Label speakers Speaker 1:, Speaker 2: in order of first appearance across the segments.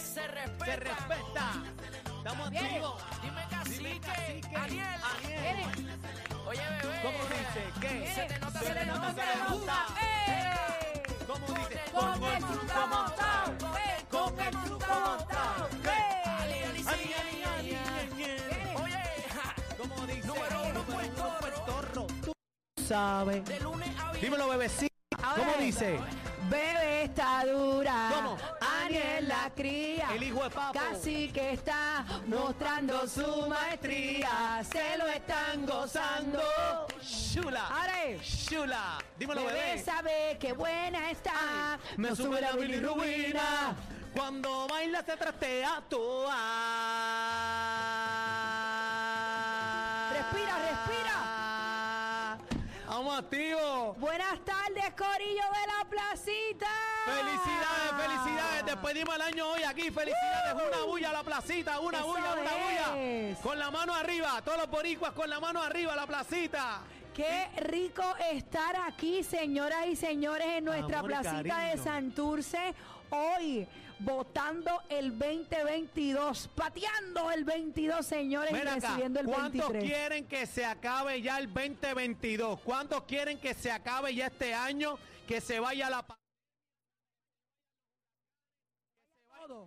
Speaker 1: Se respeta. Estamos activos. Dime cacique. Ariel. Ariel. Oye, bebé. ¿Cómo dice? ¿Qué? Se te nota, se te nota, se te nota. ¿Cómo dice? Con el fruto montado. Con el fruto montado. Ali, ali, sí, ali, ali. Oye, ja. ¿Cómo dice? Número uno, puertorro. Tú
Speaker 2: sabe.
Speaker 1: Dímelo, bebecito. ¿Cómo dice?
Speaker 2: Bebé está dura.
Speaker 1: ¿Cómo?
Speaker 2: Aniel la cría.
Speaker 1: El hijo de papo.
Speaker 2: Casi que está mostrando su maestría. Se lo están gozando.
Speaker 1: Shula.
Speaker 2: Ahora es.
Speaker 1: Shula. Dímelo,
Speaker 2: Bebé
Speaker 1: bebé.
Speaker 2: sabe que buena está.
Speaker 1: Me
Speaker 2: No
Speaker 1: sube la bilirrubina cuando baila se trastea toda.
Speaker 2: Respira,
Speaker 1: Ah.
Speaker 2: respira.
Speaker 1: Vamos activo.
Speaker 2: Buenas tardes, Corillo de la Placita. Ah.
Speaker 1: Felicidades, felicidades. Despedimos el año hoy aquí. Felicidades. Una bulla a la placita. Una
Speaker 2: Eso
Speaker 1: bulla, una
Speaker 2: es.
Speaker 1: bulla. Con la mano arriba. Todos los boricuas con la mano arriba a la placita.
Speaker 2: Qué rico estar aquí, señoras y señores, en nuestra
Speaker 1: Amor y
Speaker 2: placita de
Speaker 1: cariño.
Speaker 2: Santurce. Hoy, votando el 2022, pateando el 22, señores,
Speaker 1: Ven
Speaker 2: y
Speaker 1: acá,
Speaker 2: recibiendo el
Speaker 1: ¿Cuántos
Speaker 2: 23.
Speaker 1: quieren que se acabe ya el 2022? ¿Cuántos quieren que se acabe ya este año? Que se vaya la pa-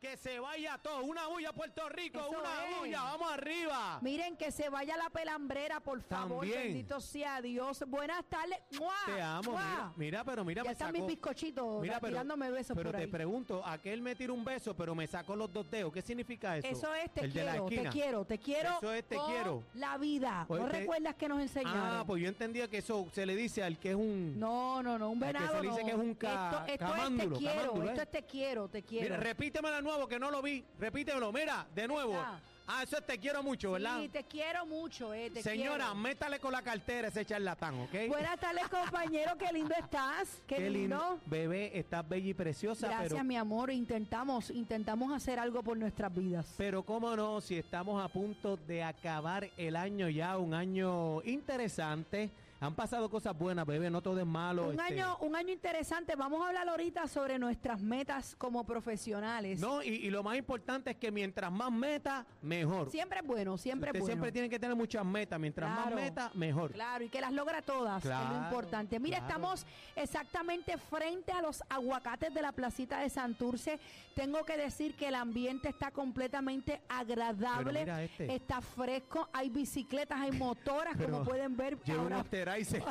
Speaker 1: Que se vaya todo. Una bulla Puerto Rico,
Speaker 2: Eso
Speaker 1: una
Speaker 2: es.
Speaker 1: bulla. Vamos arriba.
Speaker 2: Miren que se vaya la pelambrera, por favor.
Speaker 1: También.
Speaker 2: Bendito sea Dios. Buenas tardes. ¡Mua!
Speaker 1: Te amo. Mira,
Speaker 2: ¡Mua!
Speaker 1: mira, pero mira,
Speaker 2: Ah, ya
Speaker 1: me
Speaker 2: están
Speaker 1: sacó-
Speaker 2: mis bizcochitos
Speaker 1: Mira,
Speaker 2: da- tirándome besos
Speaker 1: pero
Speaker 2: por
Speaker 1: te
Speaker 2: ahí.
Speaker 1: pregunto, aquel me tiró un beso, pero me sacó los dos dedos. ¿Qué significa eso?
Speaker 2: Eso es, te
Speaker 1: El de la
Speaker 2: quiero, te
Speaker 1: esquina.
Speaker 2: quiero, te quiero.
Speaker 1: Eso es, te
Speaker 2: con
Speaker 1: quiero.
Speaker 2: La vida.
Speaker 1: Oye,
Speaker 2: ¿No
Speaker 1: te-
Speaker 2: recuerdas que nos enseñaron?
Speaker 1: Ah, pues yo entendía que eso se le dice al que es un...
Speaker 2: No, no, no, un
Speaker 1: Al que se
Speaker 2: venado
Speaker 1: le dice
Speaker 2: no.
Speaker 1: que es un ca-
Speaker 2: esto, esto
Speaker 1: camándulo,
Speaker 2: es te quiero,
Speaker 1: camándulo,
Speaker 2: esto
Speaker 1: ¿eh?
Speaker 2: es te quiero, te quiero.
Speaker 1: Mira, repítemelo de nuevo que no lo vi. Repítemelo, mira, de nuevo.
Speaker 2: está.
Speaker 1: Ah, eso es te quiero mucho, ¿verdad?
Speaker 2: Sí, te quiero mucho, eh, te
Speaker 1: Señora,
Speaker 2: quiero.
Speaker 1: métale con la cartera ese charlatán, ¿ok?
Speaker 2: Buenas tardes, compañero, qué lindo estás, qué, lindo.
Speaker 1: Bebé, estás bella y preciosa,
Speaker 2: Gracias,
Speaker 1: pero,
Speaker 2: mi amor, intentamos, intentamos hacer algo por nuestras vidas.
Speaker 1: pero cómo no, si estamos a punto de acabar el año ya, un año interesante. Han pasado cosas buenas, bebé, no todo es malo.
Speaker 2: un
Speaker 1: este,
Speaker 2: año, un año interesante, vamos a hablar ahorita sobre nuestras metas como profesionales.
Speaker 1: No, y, y lo más importante es que mientras más metas, mejor.
Speaker 2: Siempre es bueno, siempre
Speaker 1: Usted
Speaker 2: es bueno.
Speaker 1: siempre tiene que tener muchas metas. Mientras más
Speaker 2: Claro.
Speaker 1: metas, mejor.
Speaker 2: Claro, y que las logra todas, es
Speaker 1: Claro,
Speaker 2: lo importante. Mira,
Speaker 1: claro.
Speaker 2: estamos exactamente frente a los aguacates de la placita de Santurce. Tengo que decir que el ambiente está completamente
Speaker 1: Pero
Speaker 2: agradable,
Speaker 1: mira este.
Speaker 2: está fresco, hay bicicletas, hay motoras,
Speaker 1: Pero
Speaker 2: como pueden ver.
Speaker 1: Lleva un
Speaker 2: ahora.
Speaker 1: osterizer.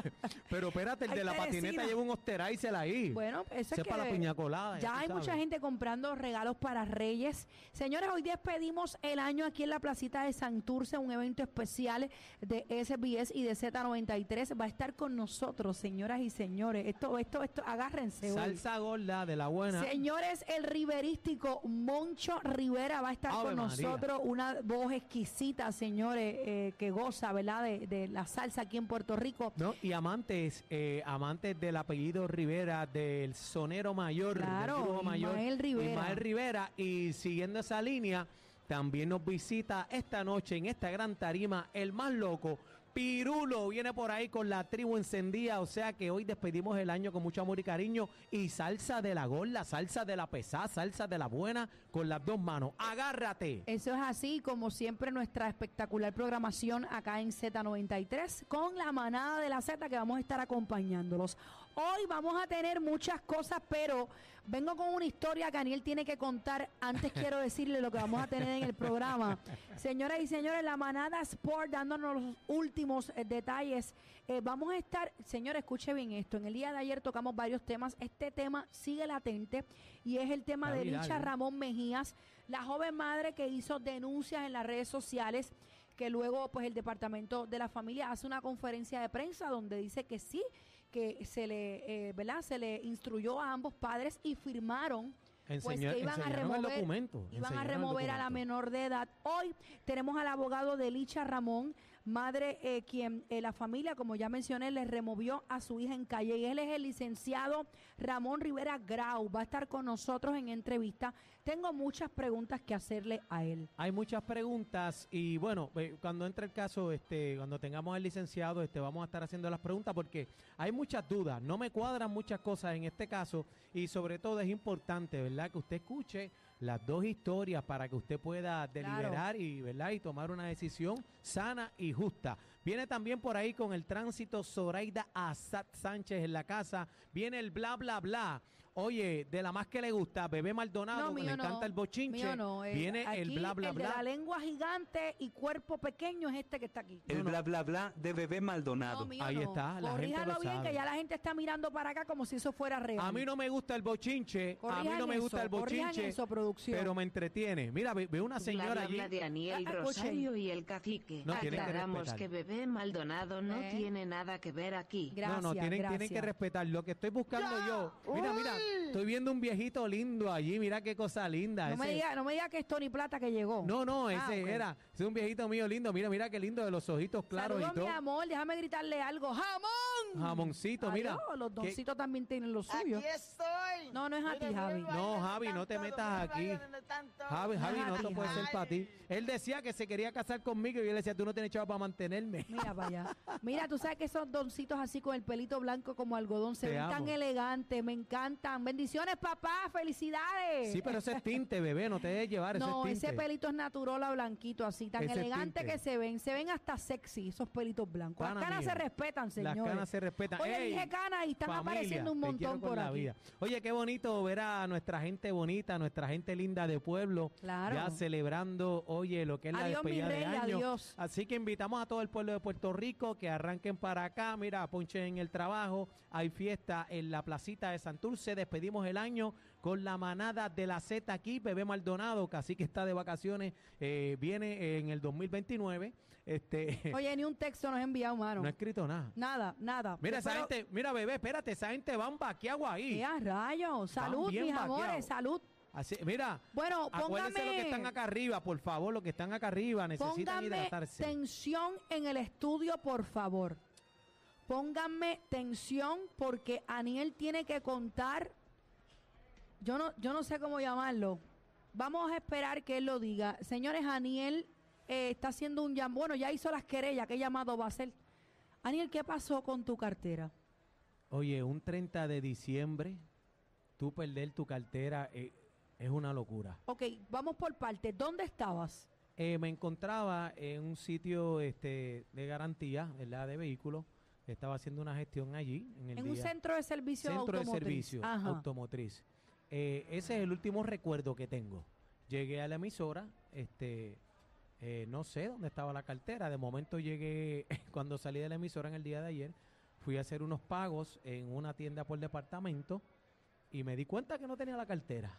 Speaker 1: Pero espérate, el
Speaker 2: Ay,
Speaker 1: de la
Speaker 2: Teresina.
Speaker 1: patineta lleva un osterizer ahí.
Speaker 2: Bueno, eso
Speaker 1: Ese
Speaker 2: es
Speaker 1: es para la
Speaker 2: que
Speaker 1: piña colada, ya
Speaker 2: Ya
Speaker 1: tú
Speaker 2: hay mucha
Speaker 1: sabes.
Speaker 2: gente comprando regalos para Reyes. Señores, hoy despedimos el año aquí en la placita de Santurce, un evento especial de SBS y de Z93. Va a estar con nosotros, señoras y señores. Esto, esto, esto, agárrense. hoy.
Speaker 1: Salsa gorda de la buena.
Speaker 2: Señores, el riverístico Moncho Rivera va a estar
Speaker 1: Ave
Speaker 2: con
Speaker 1: María.
Speaker 2: nosotros. Una voz exquisita, señores, eh, que goza, ¿verdad? De, de la salsa aquí en Puerto Rico.
Speaker 1: ¿No? Y amantes, eh, amantes del apellido Rivera, del sonero mayor,
Speaker 2: Claro,
Speaker 1: del grupo mayor.
Speaker 2: Ismael Rivera.
Speaker 1: Ismael Rivera. Y siguiendo esa línea, también nos visita esta noche en esta gran tarima, el más loco. Pirulo viene por ahí con la tribu encendida, o sea que hoy despedimos el año con mucho amor y cariño y salsa de la gorda, salsa de la pesada, salsa de la buena, con las dos manos. Agárrate.
Speaker 2: Eso es así, como siempre, nuestra espectacular programación acá en Z93 con la manada de la Z que vamos a estar acompañándolos. Hoy vamos a tener muchas cosas, pero vengo con una historia que Aniel tiene que contar. Antes quiero decirle lo que vamos a tener en el programa. Señoras y señores, la manada Sport dándonos los últimos eh, detalles. Eh, vamos a estar, señores, escuche bien esto. En el día de ayer tocamos varios temas. Este tema sigue latente y es el tema
Speaker 1: Está
Speaker 2: de
Speaker 1: viral,
Speaker 2: Licha
Speaker 1: ¿no?
Speaker 2: Ramón Mejías, la joven madre que hizo denuncias en las redes sociales que luego pues el departamento de la familia hace una conferencia de prensa donde dice que sí, que se le, eh, ¿verdad? Se le instruyó a ambos padres y firmaron pues
Speaker 1: Enseñar,
Speaker 2: que iban a
Speaker 1: enseñaron el
Speaker 2: remover,
Speaker 1: documento.
Speaker 2: iban a
Speaker 1: enseñaron el
Speaker 2: remover a la
Speaker 1: documento.
Speaker 2: menor de edad. Hoy tenemos al abogado de Licha Ramón, madre eh, quien eh, la familia, como ya mencioné, le removió a su hija en calle. Y él es el licenciado Ramón Rivera Grau. Va a estar con nosotros en entrevista. Tengo muchas preguntas que hacerle a él.
Speaker 1: Hay muchas preguntas y bueno, eh, cuando entre el caso, este, cuando tengamos al licenciado, este, vamos a estar haciendo las preguntas porque hay muchas dudas, no me cuadran muchas cosas en este caso y sobre todo es importante, ¿verdad? Que usted escuche las dos historias para que usted pueda deliberar y, ¿verdad? Y tomar una decisión sana y justa. Viene también por ahí con el tránsito Zoraida Azad Sánchez en la casa. Viene el bla, bla, bla. Oye, de la más que le gusta, Bebé Maldonado, que le
Speaker 2: mío no,
Speaker 1: encanta el bochinche.
Speaker 2: mío no, eh,
Speaker 1: Viene el
Speaker 2: aquí
Speaker 1: bla, bla,
Speaker 2: el de
Speaker 1: bla.
Speaker 2: la lengua gigante y cuerpo pequeño es este que está aquí.
Speaker 3: El
Speaker 1: no.
Speaker 3: bla bla bla de bebé Maldonado.
Speaker 2: No, mío
Speaker 1: Ahí
Speaker 2: no.
Speaker 1: está, la gente
Speaker 2: Corríjalo
Speaker 1: lo
Speaker 2: bien,
Speaker 1: sabe.
Speaker 2: que ya la gente está mirando para acá como si eso fuera real.
Speaker 1: A mí no me gusta el bochinche, a mí
Speaker 2: Corrijan
Speaker 1: no me gusta
Speaker 2: eso,
Speaker 1: el
Speaker 2: corrijan
Speaker 1: bochinche,
Speaker 2: eso, producción.
Speaker 1: pero me entretiene. Mira, ve, ve una señora
Speaker 4: Bla, bla,
Speaker 1: allí.
Speaker 4: bla de Aniel
Speaker 2: Ah, escuchen.
Speaker 4: Rosario y el cacique.
Speaker 1: No, tienen que
Speaker 4: Aclaramos
Speaker 1: respetar.
Speaker 4: que bebé Maldonado no
Speaker 2: ¿Eh?
Speaker 4: tiene nada que ver aquí.
Speaker 2: Gracias,
Speaker 1: no, no, tienen,
Speaker 2: gracias.
Speaker 1: tienen que respetar lo que estoy buscando yo. Mira, mira, estoy viendo un viejito lindo allí, mira qué cosa linda.
Speaker 2: No me,
Speaker 1: ese-
Speaker 2: diga, no me diga que es Tony Plata que llegó.
Speaker 1: no, no, ese
Speaker 2: Ah, ok.
Speaker 1: era, ese es un viejito mío lindo, mira, mira qué lindo de los ojitos claros
Speaker 2: Saludos,
Speaker 1: y todo.
Speaker 2: mi amor, déjame gritarle algo. ¡Jamón!
Speaker 1: Jamoncito, mira.
Speaker 2: Adiós, los
Speaker 1: Qué-
Speaker 2: doncitos también tienen lo suyo.
Speaker 5: Aquí estoy.
Speaker 2: No, no es a ti,
Speaker 5: Miren,
Speaker 2: Javi.
Speaker 5: miren, bailen
Speaker 1: No,
Speaker 5: de
Speaker 1: Javi, no te
Speaker 5: tanto,
Speaker 1: metas
Speaker 5: miren, bailen
Speaker 1: aquí.
Speaker 5: de tanto.
Speaker 1: Javi, Javi, no
Speaker 2: Ay.
Speaker 1: esto puede ser para ti.
Speaker 5: Ay.
Speaker 1: Él decía que se quería casar conmigo y yo le decía, tú no tienes chavo para mantenerme.
Speaker 2: Mira para allá. Mira, tú sabes que esos doncitos así con el pelito blanco como algodón se
Speaker 1: Te
Speaker 2: ven tan
Speaker 1: amo.
Speaker 2: elegantes, me encantan. Bendiciones, papá, felicidades.
Speaker 1: Sí, pero ese es tinte, bebé, no te debes llevar, ese
Speaker 2: no,
Speaker 1: es tinte.
Speaker 2: ese pelito es naturola blanquito, así, tan
Speaker 1: Ese es
Speaker 2: elegante
Speaker 1: tinte.
Speaker 2: que se ven. Se ven hasta sexy esos pelitos blancos.
Speaker 1: Pana
Speaker 2: las canas
Speaker 1: mía.
Speaker 2: se respetan,
Speaker 1: Las
Speaker 2: señores.
Speaker 1: canas se respetan.
Speaker 2: Oye,
Speaker 1: Ey,
Speaker 2: dije canas y están
Speaker 1: familia,
Speaker 2: apareciendo un
Speaker 1: te
Speaker 2: montón
Speaker 1: quiero con
Speaker 2: por
Speaker 1: la
Speaker 2: aquí.
Speaker 1: vida. Oye, qué bonito ver a nuestra gente bonita, nuestra gente linda de pueblo.
Speaker 2: Claro.
Speaker 1: Ya celebrando, oye, lo que es
Speaker 2: Adiós,
Speaker 1: la
Speaker 2: mi
Speaker 1: despedida
Speaker 2: rey,
Speaker 1: de año.
Speaker 2: adiós.
Speaker 1: Así que invitamos a todo el pueblo de Puerto Rico que arranquen para acá. Mira, ponchen en el trabajo. Hay fiesta en la placita de Santurce. Despedimos el año con la manada de la Z aquí. Bebé Maldonado, casi que está de vacaciones. eh, viene en el 2029. Este,
Speaker 2: Oye, ni un texto nos ha enviado, mano.
Speaker 1: no ha escrito nada.
Speaker 2: Nada, nada.
Speaker 1: Mira, esa
Speaker 2: Pero-
Speaker 1: gente, mira, bebé, espérate, esa gente va vaqueado ahí.
Speaker 2: ¡Eh, a rayos! Salud,
Speaker 1: bien
Speaker 2: mis amores,
Speaker 1: vaqueados.
Speaker 2: salud.
Speaker 1: Así, mira,
Speaker 2: Bueno,
Speaker 1: acuérdense los que están
Speaker 2: póngame,
Speaker 1: acá arriba, por favor, los que están acá arriba necesitan
Speaker 2: pónganme
Speaker 1: hidratarse.
Speaker 2: tensión en el estudio, por favor. Pónganme tensión porque Aniel tiene que contar. Yo no, yo no sé cómo llamarlo. Vamos a esperar que él lo diga. Señores, Aniel eh, está haciendo un llamado. Bueno, ya hizo las querellas. ¿Qué llamado va a hacer? Aniel, ¿qué pasó con tu cartera?
Speaker 1: Oye, un 30 de diciembre, tú perder tu cartera eh, es una locura.
Speaker 2: Ok, vamos por partes. ¿Dónde estabas?
Speaker 1: Eh, me encontraba en un sitio este, de garantía, ¿verdad? De vehículos. Estaba haciendo una gestión allí. En, el
Speaker 2: En un
Speaker 1: día.
Speaker 2: centro de servicio
Speaker 1: Centro de
Speaker 2: automotriz.
Speaker 1: Servicio
Speaker 2: Ajá.
Speaker 1: Automotriz. Eh, ese es el último recuerdo que tengo. Llegué a la emisora, este, eh, no sé dónde estaba la cartera. De momento llegué, cuando salí de la emisora en el día de ayer, fui a hacer unos pagos en una tienda por departamento y me di cuenta que no tenía la cartera.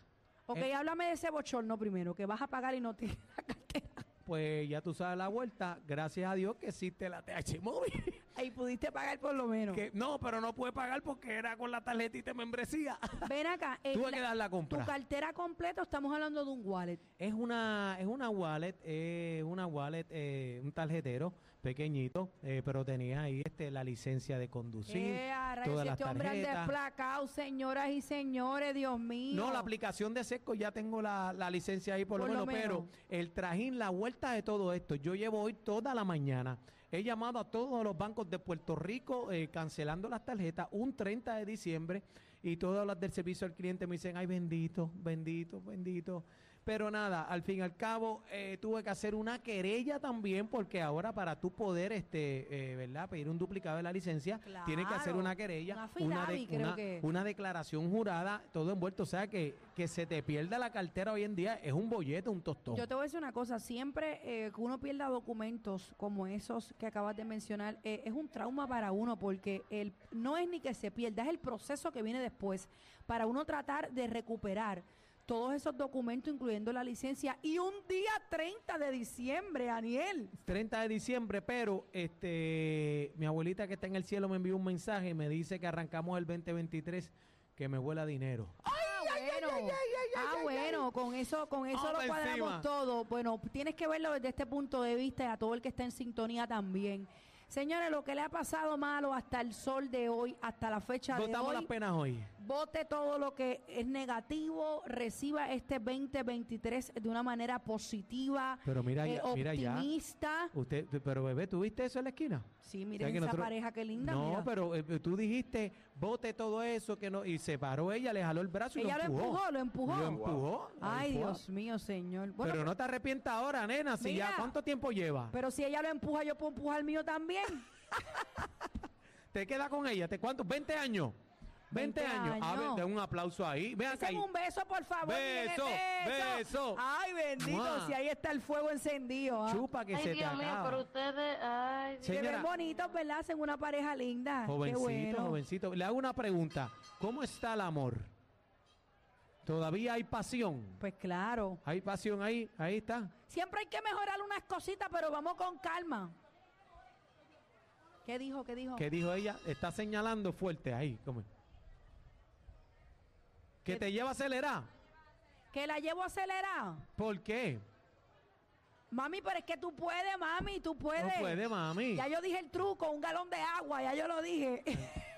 Speaker 2: Ok,
Speaker 1: Eh.
Speaker 2: háblame de ese bochorno primero, que vas a pagar y no te la cartera.
Speaker 1: Pues ya tú sabes la vuelta, gracias a Dios que existe la TH Móvil.
Speaker 2: Ahí pudiste pagar por lo menos.
Speaker 1: Que, no, pero no pude pagar porque era con la tarjetita de membresía.
Speaker 2: Ven acá. eh,
Speaker 1: Tuve
Speaker 2: la-
Speaker 1: que dar la
Speaker 2: tu
Speaker 1: compra.
Speaker 2: cartera completa, estamos hablando de un wallet.
Speaker 1: Es una, es una wallet, eh, una wallet, eh, un tarjetero pequeñito, eh, pero tenía ahí este, la licencia de conducir,
Speaker 2: Eh, a rayos,
Speaker 1: todas
Speaker 2: si
Speaker 1: las
Speaker 2: este hombre anda
Speaker 1: tarjetas.
Speaker 2: desplacado, señoras y señores, Dios mío.
Speaker 1: No, la aplicación de Sesco ya tengo la, la licencia ahí por, lo, menos, pero el trajín, la vuelta de todo esto, yo llevo hoy toda la mañana. He llamado a todos los bancos de Puerto Rico eh, cancelando las tarjetas un 30 de diciembre y todas las del servicio al cliente me dicen, ay bendito, bendito, bendito. Pero nada, al fin y al cabo eh, tuve que hacer una querella también porque ahora para tú poder, este, eh, ¿verdad? Pedir un duplicado de la licencia, tienes que hacer
Speaker 2: Claro,
Speaker 1: una querella,
Speaker 2: un
Speaker 1: una,
Speaker 2: affidavit, creo
Speaker 1: una-
Speaker 2: que.
Speaker 1: una declaración jurada, todo envuelto. O sea, que, que se te pierda la cartera hoy en día es un bollete, un tostón.
Speaker 2: Yo te voy a decir una cosa, siempre eh, que uno pierda documentos como esos que acabas de mencionar, eh, es un trauma para uno porque el, no es ni que se pierda, es el proceso que viene después para uno tratar de recuperar todos esos documentos, incluyendo la licencia, y un día 30 de diciembre, Aniel.
Speaker 1: 30 de diciembre, pero este mi abuelita que está en el cielo me envió un mensaje y me dice que arrancamos el 2023 que me huela dinero.
Speaker 2: bueno. ah, bueno, con eso, con eso
Speaker 1: Vamos
Speaker 2: lo cuadramos
Speaker 1: Ah, encima.
Speaker 2: todo. Bueno, tienes que verlo desde este punto de vista y a todo el que está en sintonía también. Señores, lo que le ha pasado malo hasta el sol de hoy, hasta la fecha
Speaker 1: Votamos
Speaker 2: de
Speaker 1: las
Speaker 2: hoy,
Speaker 1: penas hoy.
Speaker 2: vote todo lo que es negativo, reciba este 2023 de una manera positiva,
Speaker 1: Pero mira
Speaker 2: eh,
Speaker 1: ya, mira ya.
Speaker 2: optimista.
Speaker 1: Usted, pero bebé, ¿tú viste eso en la esquina?
Speaker 2: Sí,
Speaker 1: O sea,
Speaker 2: miren
Speaker 1: que
Speaker 2: esa
Speaker 1: nosotros-
Speaker 2: pareja, qué linda.
Speaker 1: No,
Speaker 2: mira.
Speaker 1: pero eh, tú dijiste, bote todo eso que no y se paró ella, le jaló el brazo y
Speaker 2: Ella lo empujó, lo empujó.
Speaker 1: Lo empujó. lo
Speaker 2: Ay,
Speaker 1: empujó.
Speaker 2: Dios mío, señor. Bueno,
Speaker 1: pero no te arrepientas ahora, nena, si
Speaker 2: Mira.
Speaker 1: ya cuánto tiempo lleva.
Speaker 2: pero si ella lo empuja, yo puedo empujar el mío también.
Speaker 1: Te queda con ella, ¿te cuántos? 20 años. 20,
Speaker 2: 20
Speaker 1: años. A ver,
Speaker 2: años.
Speaker 1: de un aplauso ahí. Vean
Speaker 2: Dame
Speaker 1: ahí.
Speaker 2: un beso, por favor. miren el
Speaker 1: Beso, beso.
Speaker 2: Ay, bendito,
Speaker 1: Mua.
Speaker 2: si ahí está el fuego encendido. ah.
Speaker 1: Chupa que se te acaba.
Speaker 5: ustedes, ay,
Speaker 2: Se ven
Speaker 1: Señora,
Speaker 2: bonitos, ¿verdad? Hacen una pareja linda. Qué
Speaker 1: jovencito,
Speaker 2: bueno.
Speaker 1: jovencito, le hago una pregunta. ¿Cómo está el amor? ¿Todavía hay pasión?
Speaker 2: Pues claro.
Speaker 1: ¿Hay pasión ahí? Ahí está.
Speaker 2: Siempre hay que mejorar unas cositas, pero vamos con calma. ¿Qué dijo? ¿Qué dijo?
Speaker 1: ¿Qué dijo ella? Está señalando fuerte ahí. como- ¿Que
Speaker 2: Que-
Speaker 1: te lleva a acelerar?
Speaker 2: Que la llevo acelerada.
Speaker 1: ¿Por qué?
Speaker 2: Mami, pero es que tú puedes, mami, tú puedes.
Speaker 1: No puede, mami.
Speaker 2: Ya yo dije el truco, un galón de agua, ya yo lo dije.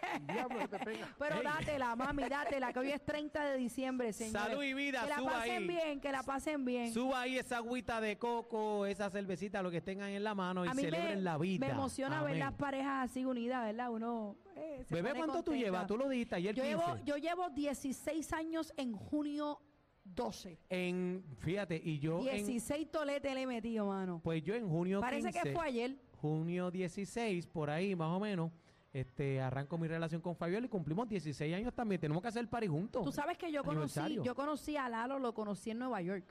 Speaker 2: Pero
Speaker 1: Ey.
Speaker 2: dátela, mami, dátela, que hoy es 30 de diciembre, señor.
Speaker 1: Salud y vida,
Speaker 2: Que la
Speaker 1: suba
Speaker 2: pasen
Speaker 1: ahí.
Speaker 2: bien, que la pasen bien.
Speaker 1: Suba ahí esa agüita de coco, esa cervecita, lo que tengan en la mano y celebren la vida.
Speaker 2: me emociona ver
Speaker 1: Amén.
Speaker 2: las parejas así unidas, ¿verdad? Uno. eh, se
Speaker 1: Bebé,
Speaker 2: pone
Speaker 1: ¿cuánto tú
Speaker 2: contenta.
Speaker 1: llevas? Tú lo dijiste ayer
Speaker 2: yo,
Speaker 1: 15.
Speaker 2: llevo, yo llevo 16 años en junio 12.
Speaker 1: En, fíjate, y yo en,
Speaker 2: 16 toletes le he metido, mano.
Speaker 1: pues yo en junio
Speaker 2: Parece
Speaker 1: 15,
Speaker 2: que fue ayer.
Speaker 1: junio 16, por ahí más o menos, este arranco mi relación con Fabiola y cumplimos 16 años también. Tenemos que hacer el party juntos.
Speaker 2: Tú sabes que yo conocí,
Speaker 1: Aniversario.
Speaker 2: yo conocí a Lalo, lo conocí en Nueva York.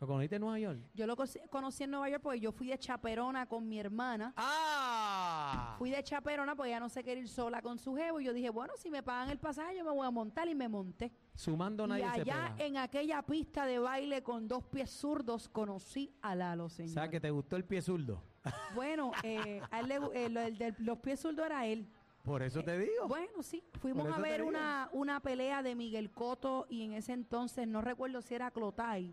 Speaker 1: ¿Lo conociste en Nueva York?
Speaker 2: Yo lo conocí- conocí en Nueva York porque yo fui de chaperona con mi hermana.
Speaker 1: ¡Ah!
Speaker 2: Fui de chaperona porque ella no se quería ir sola con su jevo. Y yo dije, bueno, si me pagan el pasaje, yo me voy a montar y me monté.
Speaker 1: Sumando
Speaker 2: y
Speaker 1: nadie se
Speaker 2: allá
Speaker 1: pega.
Speaker 2: en aquella pista de baile con dos pies zurdos conocí a Lalo,
Speaker 1: O
Speaker 2: señor.
Speaker 1: sea, que te gustó el pie zurdo.
Speaker 2: Bueno, eh, a él le gu- eh, lo- el de los pies zurdos era él.
Speaker 1: Por eso te digo.
Speaker 2: Bueno, sí. Fuimos
Speaker 1: Por
Speaker 2: a
Speaker 1: eso te
Speaker 2: ver
Speaker 1: digo.
Speaker 2: una, una pelea de Miguel Coto y en ese entonces no recuerdo si era Clotay.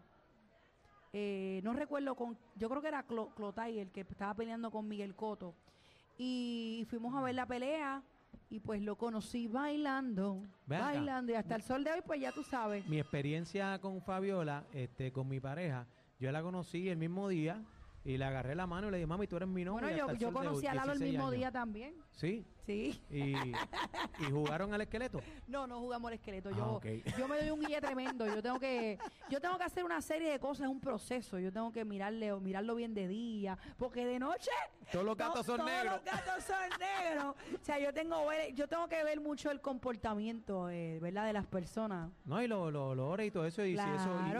Speaker 2: Eh, no recuerdo con. Yo creo que era Clo- Clotay el que estaba peleando con Miguel Coto. Y fuimos a ver la pelea y pues lo conocí bailando.
Speaker 1: Ven acá.
Speaker 2: Bailando. Y hasta el sol de hoy, pues ya tú sabes.
Speaker 1: Mi experiencia con Fabiola, este, con mi pareja, yo la conocí el mismo día y le agarré la mano y le dije, mami, tú eres mi novia.
Speaker 2: Bueno, yo,
Speaker 1: hasta el
Speaker 2: yo
Speaker 1: sol de hoy,
Speaker 2: conocí a Lalo el
Speaker 1: 16
Speaker 2: mismo
Speaker 1: años".
Speaker 2: día también.
Speaker 1: Sí,
Speaker 2: Sí.
Speaker 1: y, y jugaron al esqueleto.
Speaker 2: No, no jugamos el esqueleto.
Speaker 1: Ah,
Speaker 2: Yo,
Speaker 1: ok.
Speaker 2: yo me doy un guille tremendo. Yo tengo que, yo tengo que hacer una serie de cosas, es un proceso. Yo tengo que mirarle, o mirarlo bien de día, porque de noche
Speaker 1: Todos los gatos
Speaker 2: to-
Speaker 1: son negros.
Speaker 2: Todos los gatos son negros. O sea, yo tengo, ver- yo tengo que ver mucho el comportamiento, eh, ¿verdad? De las personas.
Speaker 1: No, y los lo, olores y todo eso, y si
Speaker 2: Claro.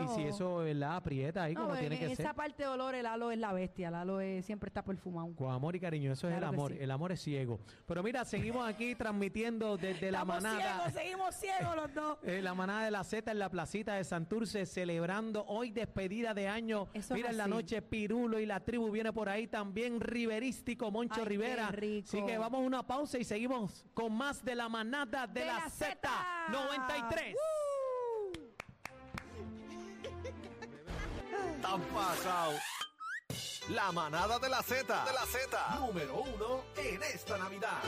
Speaker 1: eso, y, y si eso eh, la aprieta ahí como
Speaker 2: No,
Speaker 1: tiene
Speaker 2: en,
Speaker 1: que
Speaker 2: en
Speaker 1: ser.
Speaker 2: esa parte de olor, el halo es la bestia. El halo es- siempre está perfumado.
Speaker 1: Con amor y cariño, eso es el
Speaker 2: Claro que
Speaker 1: amor.
Speaker 2: sí.
Speaker 1: El amor es ciego. Pero mira, seguimos aquí transmitiendo desde la
Speaker 2: Estamos
Speaker 1: manada.
Speaker 2: ciegos, seguimos ciegos los dos.
Speaker 1: Eh, la manada de la Z en la placita de Santurce celebrando hoy despedida de año.
Speaker 2: Eso es
Speaker 1: Mira en la
Speaker 2: así.
Speaker 1: noche Pirulo y la tribu viene por ahí también Riverístico Moncho
Speaker 2: Ay, qué
Speaker 1: Rivera.
Speaker 2: rico.
Speaker 1: Así que vamos a una pausa y seguimos con más de la manada de,
Speaker 2: De
Speaker 1: la,
Speaker 2: la
Speaker 1: Z
Speaker 2: Zeta.
Speaker 1: 93.
Speaker 6: Tan pasado. La manada de la Z. De la Z. Número uno en esta Navidad.